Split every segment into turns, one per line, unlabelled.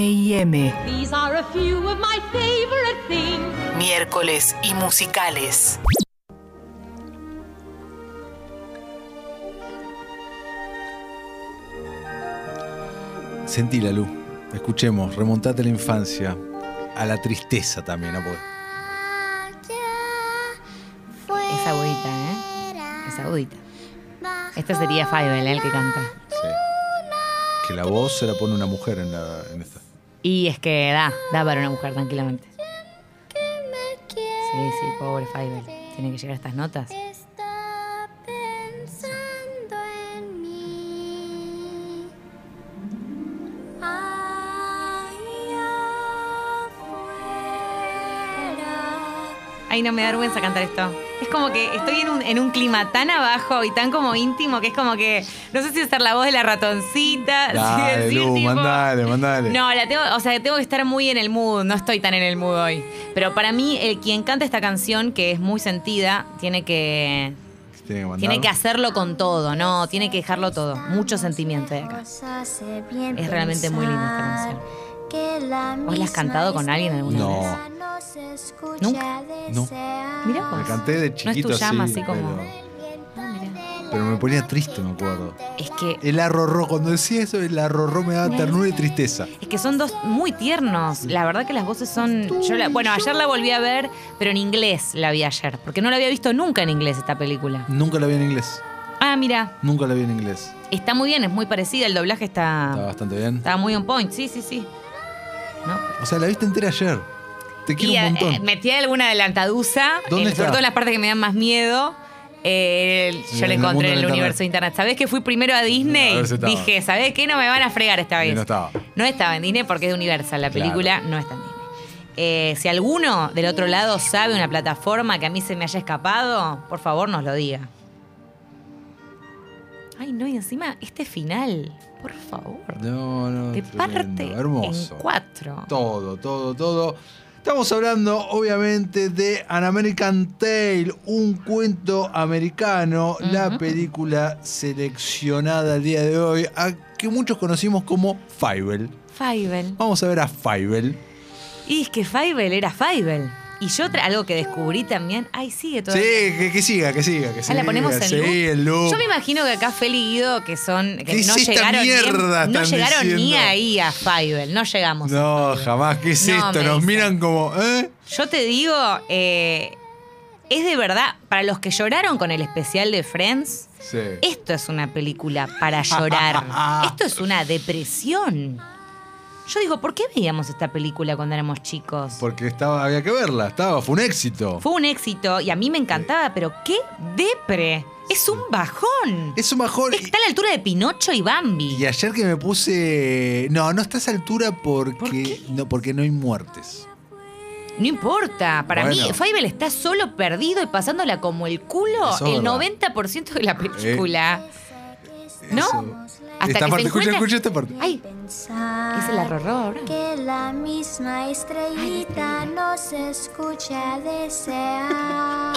M&M,
These are a few of my favorite things.
miércoles y musicales.
Sentí la luz. Escuchemos, remontate a la infancia, a la tristeza también, ¿no? Porque
Es agudita, ¿eh? Es agudita. Esta sería Five, el que canta.
Sí. Que la voz se la pone una mujer en, la, en esta.
Y es que da, da para una mujer tranquilamente. Sí, sí, pobre Fiverr. Tiene que llegar a estas notas.
Está pensando en mí. Allá afuera.
Ay, no me da vergüenza cantar esto. Es como que estoy en un, en un clima tan abajo y tan como íntimo que es como que no sé si hacer la voz de la ratoncita. si
Dale,
decir,
Lu,
tipo-
mandale, mandale.
No, la tengo, o sea, tengo que estar muy en el mood, no estoy tan en el mood hoy. Pero para mí, el quien canta esta canción, que es muy sentida, tiene que,
Tiene que mandar.
tiene que hacerlo con todo, ¿no? Tiene que dejarlo todo. Mucho sentimiento de acá.
Es realmente muy linda esta canción. ¿Vos la has cantado con alguien alguna
No.
vez? ¿Nunca?
No.
Mirá
La canté de
No es tu
chiquito
llama,
así,
así como-
pero,
mirá.
pero me ponía triste, me acuerdo.
Es que,
El arrorró, cuando decía eso, el arrorró me daba ternura y tristeza.
es que son dos muy tiernos. La verdad que las voces son. Yo la- bueno, ayer la volví a ver, pero en inglés la vi ayer. Porque no la había visto nunca en inglés esta película.
Nunca la vi en inglés.
Ah, mira.
Nunca la vi en inglés.
Está muy bien, es muy parecida. El doblaje
Está
está.
bastante bien.
Ah. Está muy on point. Sí, sí, sí. No,
O sea, la viste entera ayer. Te quiero
Y,
un
eh,
montón.
metí alguna adelantaduza,
¿Dónde
eh,
está?
sobre todo en las partes que me dan más miedo. Eh, el-
Sí,
yo
en
le
el mundo
encontré
de
en el
internet.
universo de internet. ¿Sabés que fui primero a
A
Disney?
ver si estaba.
Dije, ¿sabés qué? No me van a fregar esta
Y
vez.
no estaba.
No estaba en Disney porque es de Universal. La
Claro.
película no está en Disney. Eh, si alguno del otro lado sabe una plataforma que a mí se me haya escapado, por favor nos lo diga. Ay, no, y encima este final, por favor.
No, no.
Te
tremendo,
parte
Hermoso.
en cuatro.
Todo, todo, todo. Estamos hablando, obviamente, de An American Tale, un cuento americano, la película seleccionada el día de hoy, a que muchos conocimos como Fievel.
Fievel.
Vamos a ver a Fievel.
Y es que Fievel era Fievel. Y yo tra- algo que descubrí también. Ay, sigue
Sí,
todavía.
que, que siga, que siga, que
Ah,
siga.
la ponemos en
Sí,
loop.
el loop.
Yo me imagino que acá Feli y Guido, que son.
¿Qué
que
es
no
esta
llegaron, ni,
mierda?
no
Están
llegaron ni
diciendo.
ahí a Fievel. No llegamos.
No, jamás, ¿qué es
No,
esto?
me
Nos
dicen.
miran como, ¿eh?
Yo te digo, eh, es de verdad, para los que lloraron con el especial de Friends,
Sí.
esto es una película
Ah,
para llorar. esto es una depresión. Yo digo, ¿por qué veíamos esta película cuando éramos chicos?
Porque estaba, había que verla, estaba, fue un éxito.
Fue un éxito y a mí me encantaba, pero qué depre. Es un bajón.
Es un mejor. y-
Está a la altura de Pinocho y Bambi.
Y ayer que me puse. No, no está a esa altura porque.
¿Por qué?
no, porque no hay muertes.
No importa. Para
Bueno.
mí, Fievel está solo perdido y pasándola como el culo
Eso es
el
verdad.
90% de la película. ¿No?
Eso.
Hasta
esta
que
parte,
se
escucha,
encuentra-
escucha esta parte.
Ay, es el arrorró ahora.
Que la misma estrellita nos escucha desear.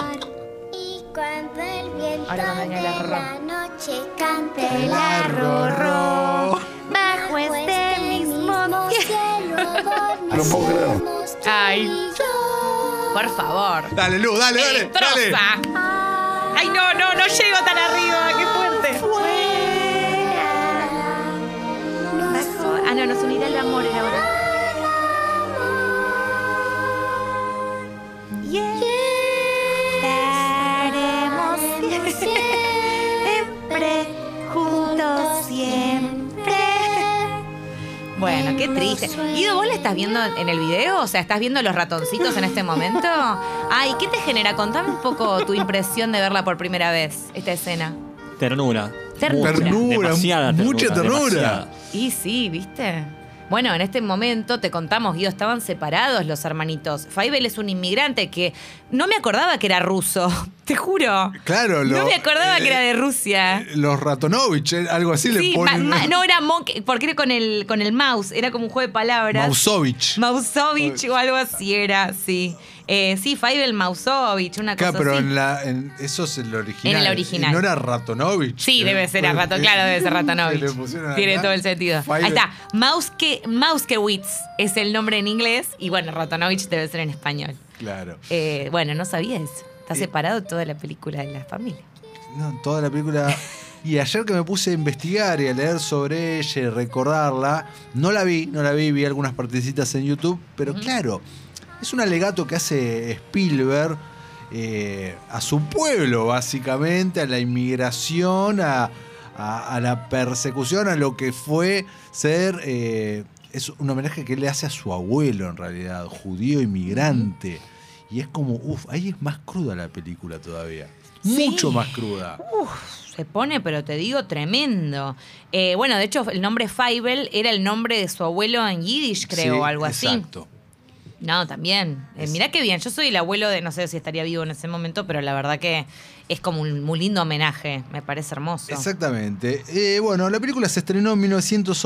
Y cuando el viento
Ahora cuando venga el
de
arrorró.
la noche cante el arrorró, bajo este mismo cielo adormecemos tú
Ay.
y yo.
Por favor.
Dale, Lu, dale,
Me
dale. dale.
destroza. Ay, no, no, no llego tan arriba. Qué fuerte. Bajo- Ah, no, nos unirá el amor era ahora. Estaremos siempre juntos siempre. Bueno, qué triste. Guido, ¿vos la estás viendo en el video? O sea, ¿estás viendo los ratoncitos en este momento? Ay, ¿qué te genera? Contame un poco tu impresión de verla por primera vez, esta escena.
Ternura.
Ternura.
Mucha,
Ternura,
demasiada
mucha ternura.
demasiada.
Y sí, ¿viste? Bueno, en este momento te contamos, Guido, estaban separados los hermanitos. Faibel es un inmigrante que no me acordaba que era ruso. te juro.
Claro, lo-
no me acordaba
eh,
que era de Rusia.
Los Ratonovich, eh, algo así
Sí,
le
ma-
ponen.
ma- no era Monkey, porque era con el, con el mouse, era como un juego de palabras.
eh, Mausovich.
Mausovich o algo así era, sí. Eh, sí, Faivel Mausovich, una cosa
Acá, pero
así.
en la, en- eso es el original.
En el original.
Y No era Ratonovich. eh,
Sí,
que
debe
le-
ser a Rato, claro, debe ser
que eh, le
Ratanovich.
pusieron
Tiene
acá.
todo el sentido.
Fire-
Ahí está, Mauske, Mauskewitz es el nombre en inglés y bueno, Ratanovich debe ser en español.
Claro.
Eh, bueno, no sabía eso. Está
Eh.
separado toda la película de la familia.
No, toda la película. Y ayer que me puse a investigar y a leer sobre ella y recordarla, no la vi, no la vi, vi algunas partecitas en YouTube, pero claro, es un alegato que hace Spielberg eh, a su pueblo, básicamente, a la inmigración, a, a- a la persecución, a lo que fue ser. eh, es un homenaje que él le hace a su abuelo, en realidad, judío inmigrante. Y es como, uff, ahí es más cruda la película todavía.
Sí.
Mucho más cruda.
Se pone, pero te digo, tremendo. Eh, bueno, de hecho, el nombre Faivel era el nombre de su abuelo en Yiddish, creo,
Sí,
o algo así.
Exacto.
No, también. Eh, mirá qué bien. Yo soy el abuelo de, no sé si estaría vivo en ese momento, pero la verdad que es como un muy lindo homenaje. Me parece hermoso.
Exactamente. Eh, bueno, la película se estrenó en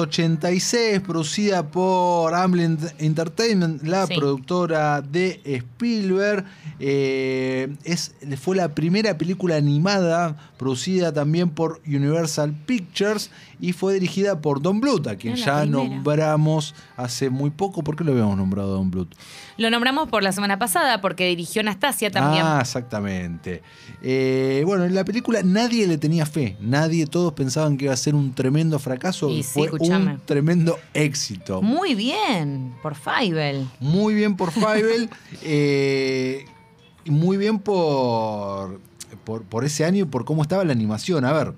1986, producida por Amblin Entertainment, la
Sí.
productora de Spielberg. Eh, es, fue la primera película animada producida también por Universal Pictures y fue dirigida por Don Bluth, a quien
Ah, la
ya
primera.
nombramos hace muy poco. ¿Por qué lo habíamos nombrado a Don Bluth?
Lo nombramos por la semana pasada porque dirigió Anastasia también.
Ah, exactamente. Eh, bueno, en la película nadie le tenía fe. Nadie, todos pensaban que iba a ser un tremendo fracaso.
Y
Y
sí,
fue
escuchame.
un tremendo éxito. Muy,
Muy bien, por Faivel.
bien por Fievel. eh, y muy bien por, por, por ese año y por cómo estaba la animación. A ver.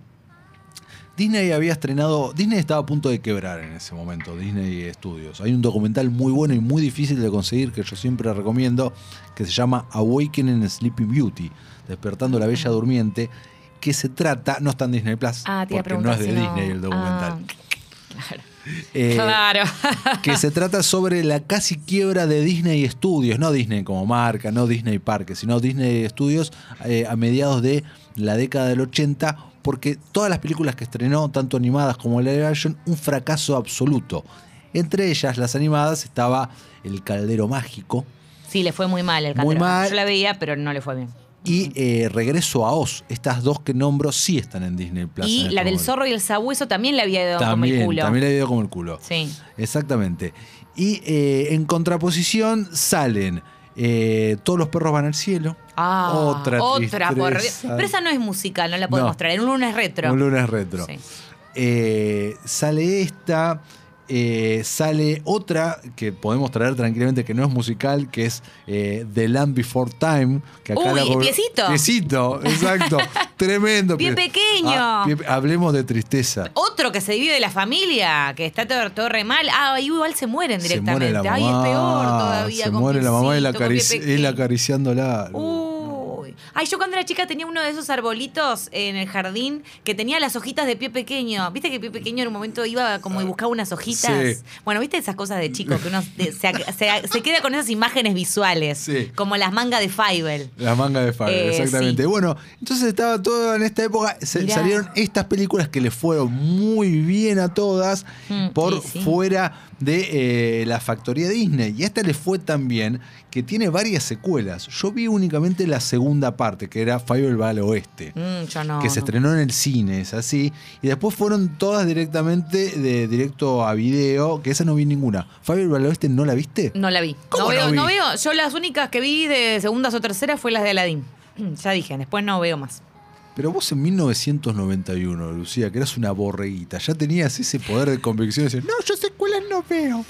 Disney había estrenado. Disney estaba a punto de quebrar en ese momento, Disney Studios. Hay un documental muy bueno y muy difícil de conseguir que yo siempre recomiendo, que se llama Awakening Sleeping Beauty, Despertando la Bella Durmiente, que se trata. No está en Disney Plus,
Ah, te iba a
porque no
preguntar
es de
si no- Ah,
Disney el documental. Eh,
claro.
que se trata sobre la casi quiebra de Disney Studios, no Disney como marca, no Disney Parque, sino Disney Studios eh, a mediados de la década del 80, porque todas las películas que estrenó, tanto animadas como live action, un fracaso absoluto. Entre ellas, las animadas, estaba El Caldero Mágico
Sí, le fue muy mal el
Muy
Catero.
mal.
Yo la veía, pero no le fue bien.
y eh, Regreso a Oz. Estas dos que nombro sí están en Disney Plus. en
y
este
la del
momento.
zorro y el sabueso también le había dado como el
También,
culo.
también le ha ido como el culo.
Sí.
Exactamente. Y eh, en contraposición salen eh, Todos los perros van al cielo.
Ah,
otra
otra por-
tristeza.
Pero esa no es musical, no la puedo
No.
mostrar. En un lunes retro.
Un lunes retro.
Sí.
Eh, sale esta. eh, sale otra que podemos traer tranquilamente que no es musical, que es eh, The Land Before Time. Que acá
Uy,
la co-
piecito.
Piecito, exacto. Tremendo.
Bien
pie-
pequeño. Oh,
pie- hablemos de tristeza.
Otro que se divide de la familia, que está todo, todo re mal. Ah, ahí igual se mueren
Se muere
directamente.
la
Ay, es
mamá,
peor todavía.
Se
con
muere la mamá y la,
piecito, con pie
acarici-
pequeño. Uh,
él acariciándola.
Uy. Ay, yo cuando era chica tenía uno de esos arbolitos en el jardín que tenía las hojitas de pie pequeño. ¿Viste que pie pequeño en un momento iba como y buscaba unas hojitas?
Ah, Sí.
Bueno, ¿viste esas cosas de chico que uno te- se, se- se queda con esas imágenes visuales?
Sí.
Como las mangas de Fievel.
Las mangas de Fabio,
Eh,
exactamente.
sí.
Bueno, entonces estaba todo en esta época. se-
Mirá.
salieron estas películas que le fueron muy bien a todas
Mm,
por
y sí.
fuera de eh, la factoría Disney. Y a esta le fue tan bien que tiene varias secuelas. Yo vi únicamente la segunda parte, que era Fabio va al oeste.
Mm, yo no.
Que se
no.
estrenó en el cine, es así. Y después fueron todas directamente de directo a video, que esa no vi ninguna. Fabio al Oeste, ¿no la viste?
No la vi. no,
¿Cómo no
veo,
vi?
no veo. Yo las únicas que vi de segundas o terceras fue las de Aladdin. Mm, Ya dije, después no veo más.
Pero vos en 1991, Lucía, que eras una borreguita, ya tenías ese poder de convicción de decir, no, yo secuelas no veo.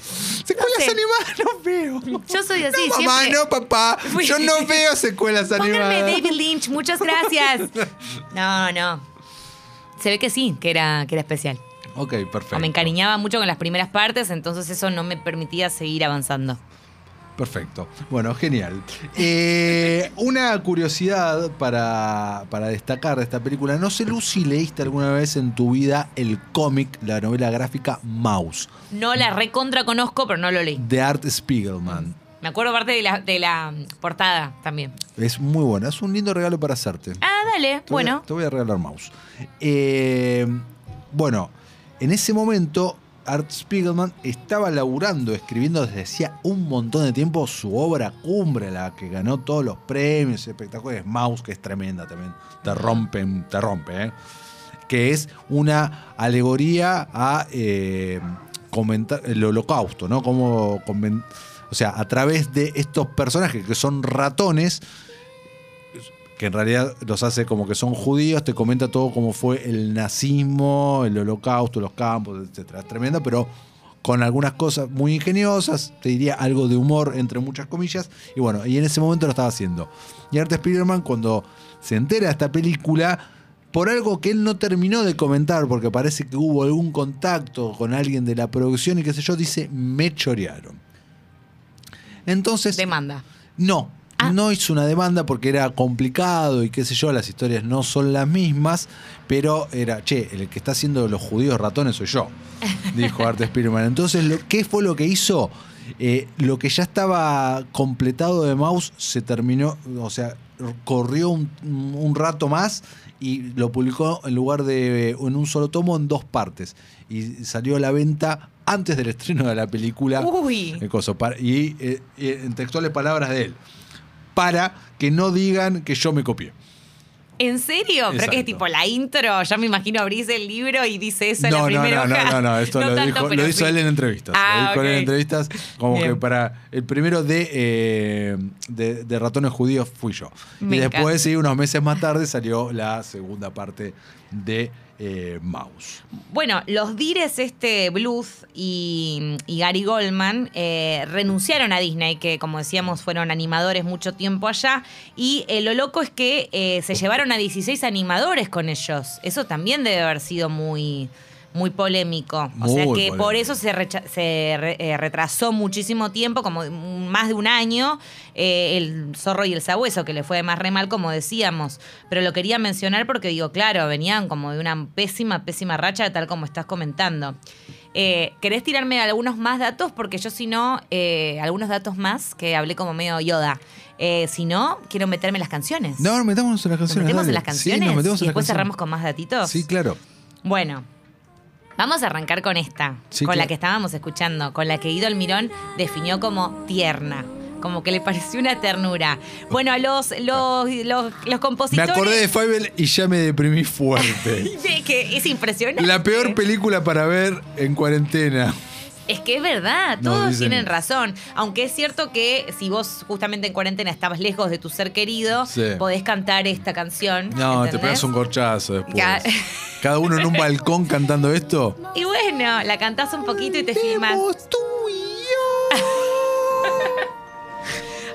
Secuelas
No sé.
animadas no veo.
Yo soy así,
no, mamá,
siempre.
no, papá.
Fui-
Yo no veo secuelas
Pónganme
animadas.
David Lynch, muchas gracias. No, no. Se ve que sí, que era, que era especial.
Ok, perfecto.
O Ah, me encariñaba mucho con las primeras partes, entonces eso no me permitía seguir avanzando.
Perfecto. Bueno, genial. Eh, una curiosidad para, para destacar de esta película. No sé, Lucy, leíste alguna vez en tu vida el cómic, la novela gráfica Mouse.
No la recontra conozco, pero no lo leí.
de Art Spiegelman.
Me acuerdo parte de la, de la mm, portada también.
Es muy buena, es un lindo regalo para hacerte.
Ah, dale,
Te voy a-
bueno.
te voy a regalar mouse. Eh, bueno, en ese momento Art Spiegelman estaba laburando, escribiendo desde hacía un montón de tiempo su obra cumbre, la que ganó todos los premios, espectaculares. Mouse, que es tremenda también. Te rompen, te rompe, ¿eh? Que es una alegoría a eh, comentar el holocausto, ¿no? Como comen- o sea, a través de estos personajes que son ratones, que en realidad los hace como que son judíos, te comenta todo cómo fue el nazismo, el holocausto, los campos, etcétera. Es tremenda, pero con algunas cosas muy ingeniosas, te diría algo de humor entre muchas comillas, y bueno, y en ese momento lo estaba haciendo. Y Art Spiderman cuando se entera de esta película, por algo que él no terminó de comentar, porque parece que hubo algún contacto con alguien de la producción y qué sé yo, dice, me chorearon. Entonces...
Demanda.
No,
Ah.
no hizo una demanda porque era complicado y qué sé yo, las historias no son las mismas, pero era, che, el que está haciendo los judíos ratones soy yo, dijo Art Spiderman. Entonces, lo, ¿qué fue lo que hizo? Eh, lo que ya estaba completado de Mouse se terminó, o sea, corrió un, un rato más y lo publicó en lugar de en un solo tomo en dos partes. Y salió a la venta antes del estreno de la película.
Uy.
El coso, para- y, eh, y en textuales palabras de él. Para que no digan que yo me copié.
¿En serio? Pero que
Exacto.
es tipo la intro. Ya me imagino abrís el libro y dice eso en la
No, no,
primera
no, no,
hoja.
no, no, esto lo,
tanto,
dijo,
pero
lo
sí.
hizo él en entrevistas.
Ah,
lo dijo él en
ok.
entrevistas, como
Bien.
que para el primero de, eh, de, de ratones judíos fui yo.
Me
y después,
encanta.
sí, unos meses más tarde salió la segunda parte de eh, Mouse.
Bueno, los Dires, este Bluth y, y Gary Goldman, eh, renunciaron a Disney, que como decíamos fueron animadores mucho tiempo allá. Y eh, lo loco es que eh, se llevaron a 16 animadores con ellos. Eso también debe haber sido muy, muy polémico. o sea que
Muy
por
polémico.
eso se, recha- se re- eh, retrasó muchísimo tiempo, como un- más de un año, eh, el zorro y el sabueso, que le fue más re mal, como decíamos. Pero lo quería mencionar porque digo, claro, venían como de una pésima, pésima racha, tal como estás comentando. Eh, ¿Querés tirarme algunos más datos? Porque yo si no, eh, algunos datos más que hablé como medio yoda. Eh, si no, quiero meterme en las canciones.
No, metámonos en las
¿Nos
canciones.
metemos
dale.
en las
Sí,
canciones
nos metemos
y
en las
después cerramos
canciones.
con más datitos.
Sí, claro.
Bueno, vamos a arrancar con esta,
Sí,
con la
claro.
que estábamos escuchando, con la que Ido Almirón definió como tierna. Como que le pareció una ternura. Bueno, a los, los, los, los
Me
compositores.
acordé de Fable y ya me deprimí fuerte.
de que es impresionante.
La peor película para ver en cuarentena.
Es que es verdad,
No,
todos
dicen-
tienen razón. Aunque es cierto que si vos justamente en cuarentena estabas lejos de tu ser querido,
Sí.
podés cantar esta canción.
No, te
¿entendés?
pegas un corchazo después.
Ya.
Cada uno en un balcón cantando esto.
Y bueno, la cantás un poquito y te filmas.
Vemos tú y yo.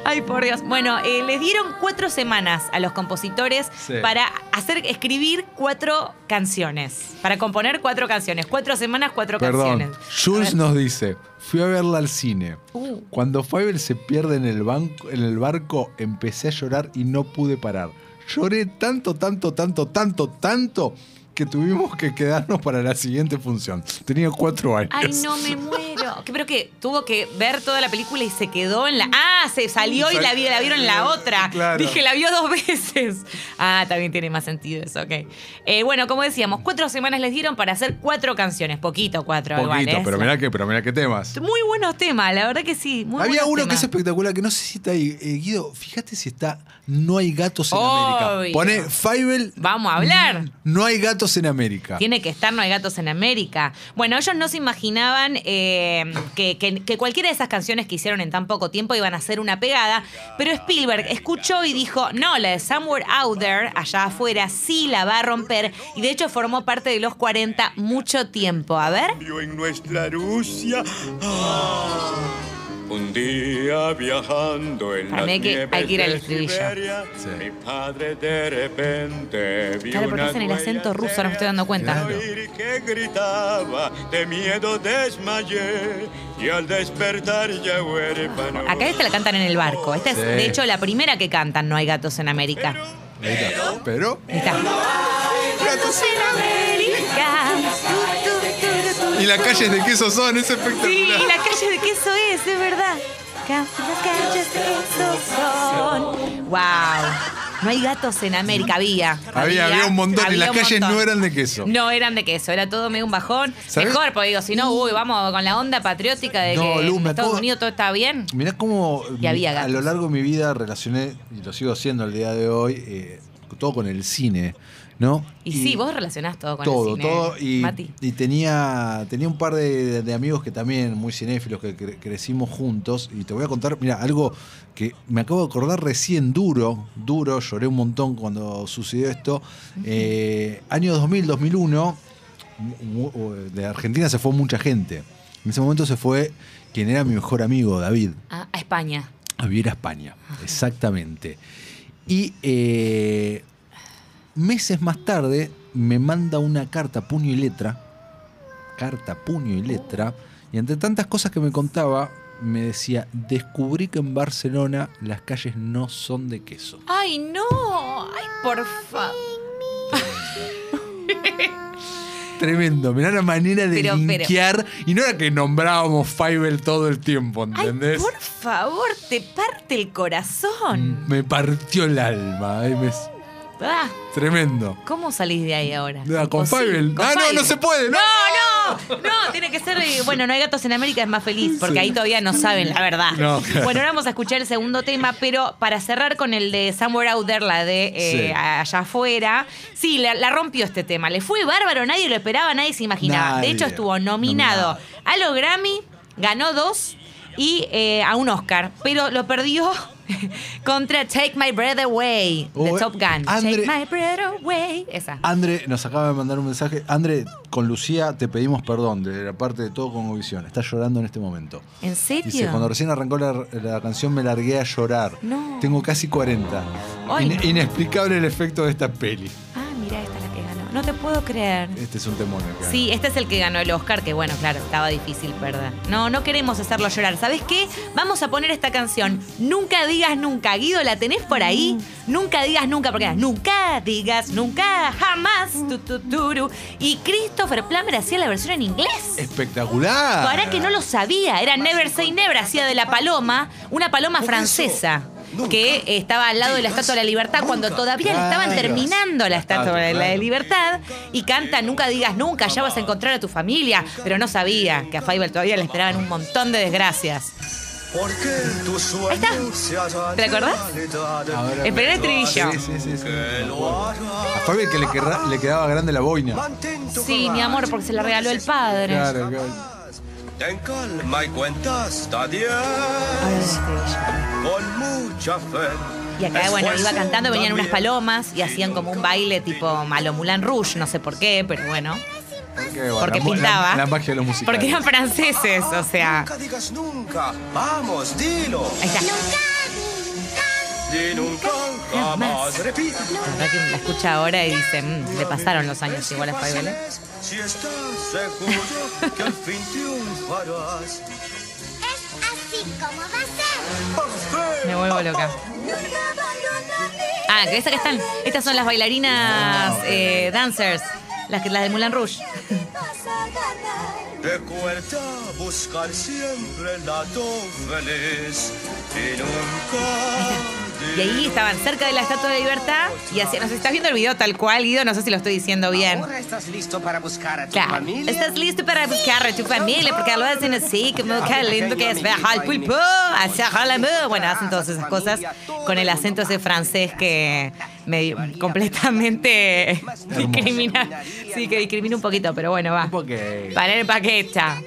Ay, por Dios. Bueno, eh, les dieron cuatro semanas a los compositores
Sí.
para hacer escribir cuatro canciones. Para componer cuatro canciones. Cuatro semanas, cuatro
Perdón.
canciones.
Jules nos dice, fui a verla al cine.
Uh.
Cuando Fable se pierde en el, banco, en el barco, empecé a llorar y no pude parar. Lloré tanto, tanto, tanto, tanto, tanto que tuvimos que quedarnos para la siguiente función. Tenía cuatro años.
Ay, no me muero. ¿Qué, pero que tuvo que ver toda la película y se quedó en la. Ah, se salió y la, vi- la vieron en la otra.
Claro.
Dije, la vio dos veces. Ah, también tiene más sentido eso, ok. Eh, bueno, como decíamos, cuatro semanas les dieron para hacer cuatro canciones. Poquito, cuatro, igual.
Poquito,
¿eh?
pero mirá que, pero mirá qué temas.
Muy buenos temas, la verdad que sí. muy
Había
buenos
uno que
temas.
es espectacular, que no sé si está ahí. Eh, Guido, fíjate si está No hay gatos en
Obvio.
América. Pone Fable.
Vamos a hablar.
No hay gatos en América.
Tiene que estar No hay gatos en América. Bueno, ellos no se imaginaban eh, que, que- que cualquiera de esas canciones que hicieron en tan poco tiempo iban a ser una pegada, pero Spielberg escuchó y dijo, no, la de Somewhere Out There, allá afuera, sí la va a romper, y de hecho formó parte de los 40 mucho tiempo. A ver,
cambio en nuestra Rusia. Ah. Un día viajando en
Para
las
mí hay que-
nieves
hay que ir al
de
estribillo.
Siberia, mi padre de repente vio
Claro, porque
una
es en el
huella
acento ruso, ahora me estoy dando cuenta.
al oír que gritaba, de miedo desmayé, y al despertar ya huérfano.
acá esta la cantan en el barco. Esta es,
Sí.
de hecho, la primera que cantan No hay gatos en América.
Ahí está. Pero.
Ahí está. Gatos en América.
Y las calles de queso son, es espectacular.
Sí, la calle de queso es, es verdad. Wow. No hay gatos en América, había.
Había, había un montón y
había
las
un
calles
montón.
no eran de queso.
No eran de queso, era todo medio un bajón.
¿Sabés?
Mejor, porque digo, si no, uy, vamos con la onda patriótica de
No,
que
Lu,
en
me
Estados
acabo-
Unidos todo está bien.
Mirá cómo
Y había
mi- a
gatos.
lo largo de mi vida relacioné, y lo sigo haciendo al día de hoy, eh, todo con el cine, ¿no?
Y, sí, vos relacionás todo con
todo,
el cine.
todo. Y,
Mati.
y tenía, tenía un par de, de amigos que también, muy cinéfilos, que cre- crecimos juntos. Y te voy a contar, mira, algo que me acabo de acordar recién duro, duro, lloré un montón cuando sucedió esto. Eh, año 2000, 2001, mu- mu- de Argentina se fue mucha gente. En ese momento se fue quien era mi mejor amigo, David
A, a España.
a vivir a España, exactamente. Y eh, meses más tarde me manda una carta, puño y letra, carta, puño y letra, y entre tantas cosas que me contaba, me decía, descubrí que en Barcelona las calles no son de queso.
¡Ay, no! ¡Ay, por favor!
Tremendo, mirá la manera de
Pero, pero-
linkear, y no era que nombrábamos Fievel todo el tiempo,
¡Ay,
¿entendés?
por favor! Te parte el corazón.
Me partió el alma, ay, me-
Ah,
tremendo.
¿Cómo salís de ahí ahora?
Ah, con
Imposible.
Fievel.
Con
Ah, no,
Fievel.
no se puede, no.
No, no, no, tiene que ser. eh, Bueno, no hay gatos en América, es más feliz, porque ahí todavía no saben la verdad.
No, claro.
Bueno, ahora vamos a escuchar el segundo tema, pero para cerrar con el de Somewhere Out There, la de eh,
Sí.
allá afuera, sí, la, la rompió este tema. Le fue bárbaro, nadie lo esperaba, nadie se imaginaba.
Nadie.
De hecho, estuvo nominado, a los Grammy, ganó dos y eh, a un Oscar, pero lo perdió. Contra Take My Breath Away de
Oh, eh,
Top Gun.
Andre- Ah,
Take My Breath Away. Esa.
Andre nos acaba de mandar un mensaje. Andre, con Lucía te pedimos perdón de la parte de todo con Visión. Está llorando en este momento.
¿En serio?
Dice, cuando recién arrancó la, la canción me largué a llorar.
No.
Tengo casi 40.
Ay,
In-
no.
Inexplicable el efecto de esta peli.
Ah, mira, esta es la que ganó. No te puedo creer.
Este es un temor. acá.
Sí, este es el que ganó el Oscar, que bueno, claro, estaba difícil perder. No, no queremos hacerlo llorar. ¿Sabes qué? Vamos a poner esta canción. Nunca digas nunca. Guido, ¿la tenés por ahí? Nunca digas nunca, porque era, nunca digas nunca, jamás. Tu, tu, turu. Y Christopher Plummer hacía la versión en inglés.
Espectacular.
Ahora que no lo sabía, era Never Say Never, hacía de la paloma, una paloma francesa. Que estaba al lado de la Estatua de la Libertad cuando todavía la estaban
Claro.
terminando la Estatua de la
Claro.
Libertad y canta Nunca digas nunca, ya vas a encontrar a tu familia. Pero no sabía que a Fieber todavía le esperaban un montón de desgracias. Ahí está. ¿Te acordás?
Ahora-
Esperá el estribillo.
Sí, sí, sí. sí. A Fabio que le, querrá- le quedaba grande la boina.
Sí, mi amor, porque se la regaló el padre.
Claro, claro.
Ten calma y cuenta hasta diez
Ahora el estribillo.
con mucha fe.
Y acá, bueno,
Esfuerzo
iba cantando, venían unas
también.
palomas y hacían como un baile tipo malo Moulin Rouge, no sé por qué, pero bueno,
Porque, bueno,
porque
la, mu- la-
pintaba.
La, magia de los musicales.
Porque eran franceses, o sea.
Nunca digas nunca. Vamos, dilo.
Ahí está.
Di nunca
Jamás.
jamás. Repite.
La verdad que la escucha ahora y dice, "Mm, le pasaron los años igual a Fabiola.
Si estás seguro que al fin triunfarás.
Me vuelvo loca. Ah, que esa que están. Estas son las bailarinas eh, dancers, las, que, las de Moulin Rouge.
Recuerda buscar siempre el lado feliz. Y nunca.
Y ahí estaban cerca de la Estatua de la Libertad y así. Nos estás viendo el video tal cual, Guido, no sé si lo estoy diciendo bien.
Ahora estás listo para buscar a tu
Claro.
familia.
Estás listo para buscar a tu familia, porque lo hacen así, como qué lindo que es viajar al pulpo, hacia Hollywood. Bueno, hacen todas esas cosas con el acento ese francés que me completamente discrimina. Sí, que discrimina un poquito, pero bueno, va.
Porque-
Para el paqueta.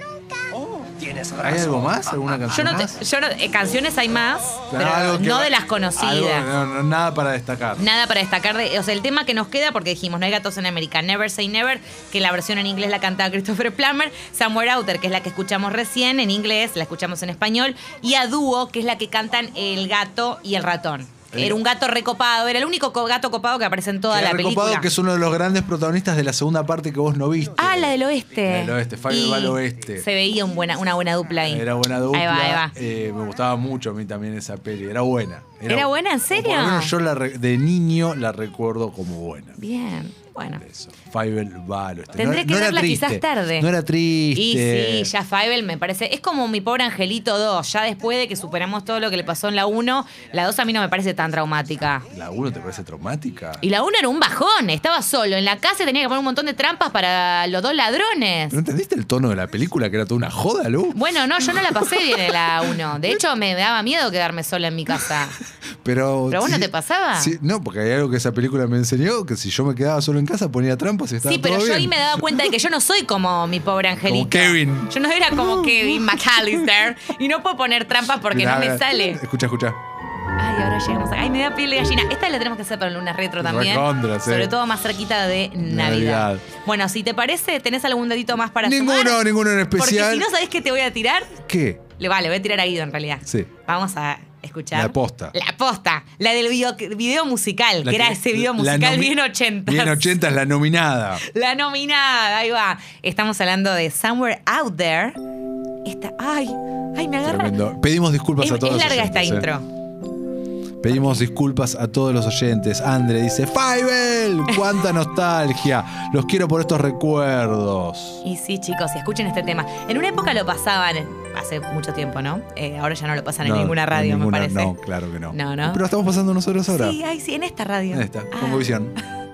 Oh, tienes razón.
¿Hay algo más? ¿Alguna canción
Yo no,
más?
te- yo no- eh, canciones hay más, pero
Algo que
no
va-
de las
algo-
conocidas.
no, no, nada para destacar.
Nada para destacar, de, o sea, el tema que nos queda, porque dijimos, no hay gatos en América, Never Say Never, que la versión en inglés la cantaba Christopher Plummer, Somewhere Outer, que es la que escuchamos recién en inglés, la escuchamos en español, y a dúo, que es la que cantan el gato y el ratón.
Sí.
Era un gato recopado, era el único co- gato copado que aparece en toda
Que
la
era Copado,
película.
que es uno de los grandes protagonistas de la segunda parte que vos no viste.
Ah, la del oeste.
La del oeste, Fabio
Y
va al oeste.
Se veía un buena, una buena dupla ahí.
Era buena dupla.
Ahí va, ahí va.
Eh, me gustaba mucho a mí también esa peli. Era buena.
¿Era buena? ¿En
o por lo
serio?
menos yo la re- de niño la recuerdo como buena.
Bien. Bueno.
Eso. Fievel va a lo este.
Tendré
no,
que
no era
verla
triste.
quizás tarde.
No era triste.
Y sí,
Este,
ya Fievel me parece. Es como mi pobre Angelito 2. Ya después de que superamos todo lo que le pasó en la 1, la 2 a mí no me parece tan traumática.
¿La 1 te parece traumática?
Y la 1 era un bajón. Estaba solo en la casa y tenía que poner un montón de trampas para los dos ladrones.
¿No entendiste el tono de la película que era toda una joda, Lu?
Bueno, no, yo no la pasé bien en la 1. De hecho, me daba miedo quedarme sola en mi casa.
Pero,
¿Pero a vos no
sí-
te pasaba?
sí, no, porque hay algo que esa película me enseñó, que si yo me quedaba solo en casa ponía trampas y estaba
Sí, pero
todo
yo ahí
bien.
me daba cuenta de que yo no soy como mi pobre angelito.
Como Kevin.
Yo no era como Kevin McAllister. Y no puedo poner trampas porque
Mirá,
no me
mirá.
sale.
Escucha, escucha.
Ay, ahora llegamos. a- Ay, me da piel de gallina. Esta la tenemos que hacer para el lunes retro también.
Recontra, sí.
Sobre todo más cerquita de Navidad.
Navidad.
Bueno, si te parece, ¿tenés algún dedito más para
Ninguno,
sumar?
ninguno en especial.
Porque si no sabés que te voy a tirar,
¿Qué?
le vale, voy a tirar a Guido en realidad.
Sí.
Vamos a escuchar.
La posta.
La posta. La del video, video musical,
La
que era
que-
ese video
la
musical
nomi-
bien 80.
Bien 80 es la nominada.
La nominada, ahí va. Estamos hablando de Somewhere Out There. Esta, ay, ay, me agarra.
Tremendo. Pedimos disculpas
Es,
a todos
es
los
larga esta
oyentes,
intro.
eh. Pedimos disculpas a todos los oyentes. Andre dice, Fievel, cuánta nostalgia. Los quiero por estos recuerdos.
Y sí, chicos, y escuchen este tema. En una época lo pasaban, hace mucho tiempo, ¿no? Eh, ahora ya no lo pasan en
No,
ninguna radio,
ninguna-
me parece.
No, claro que no.
No, no.
Pero estamos pasando nosotros ahora.
Sí, ay, sí, en esta radio.
Ahí está,
Ah.
Congovisión.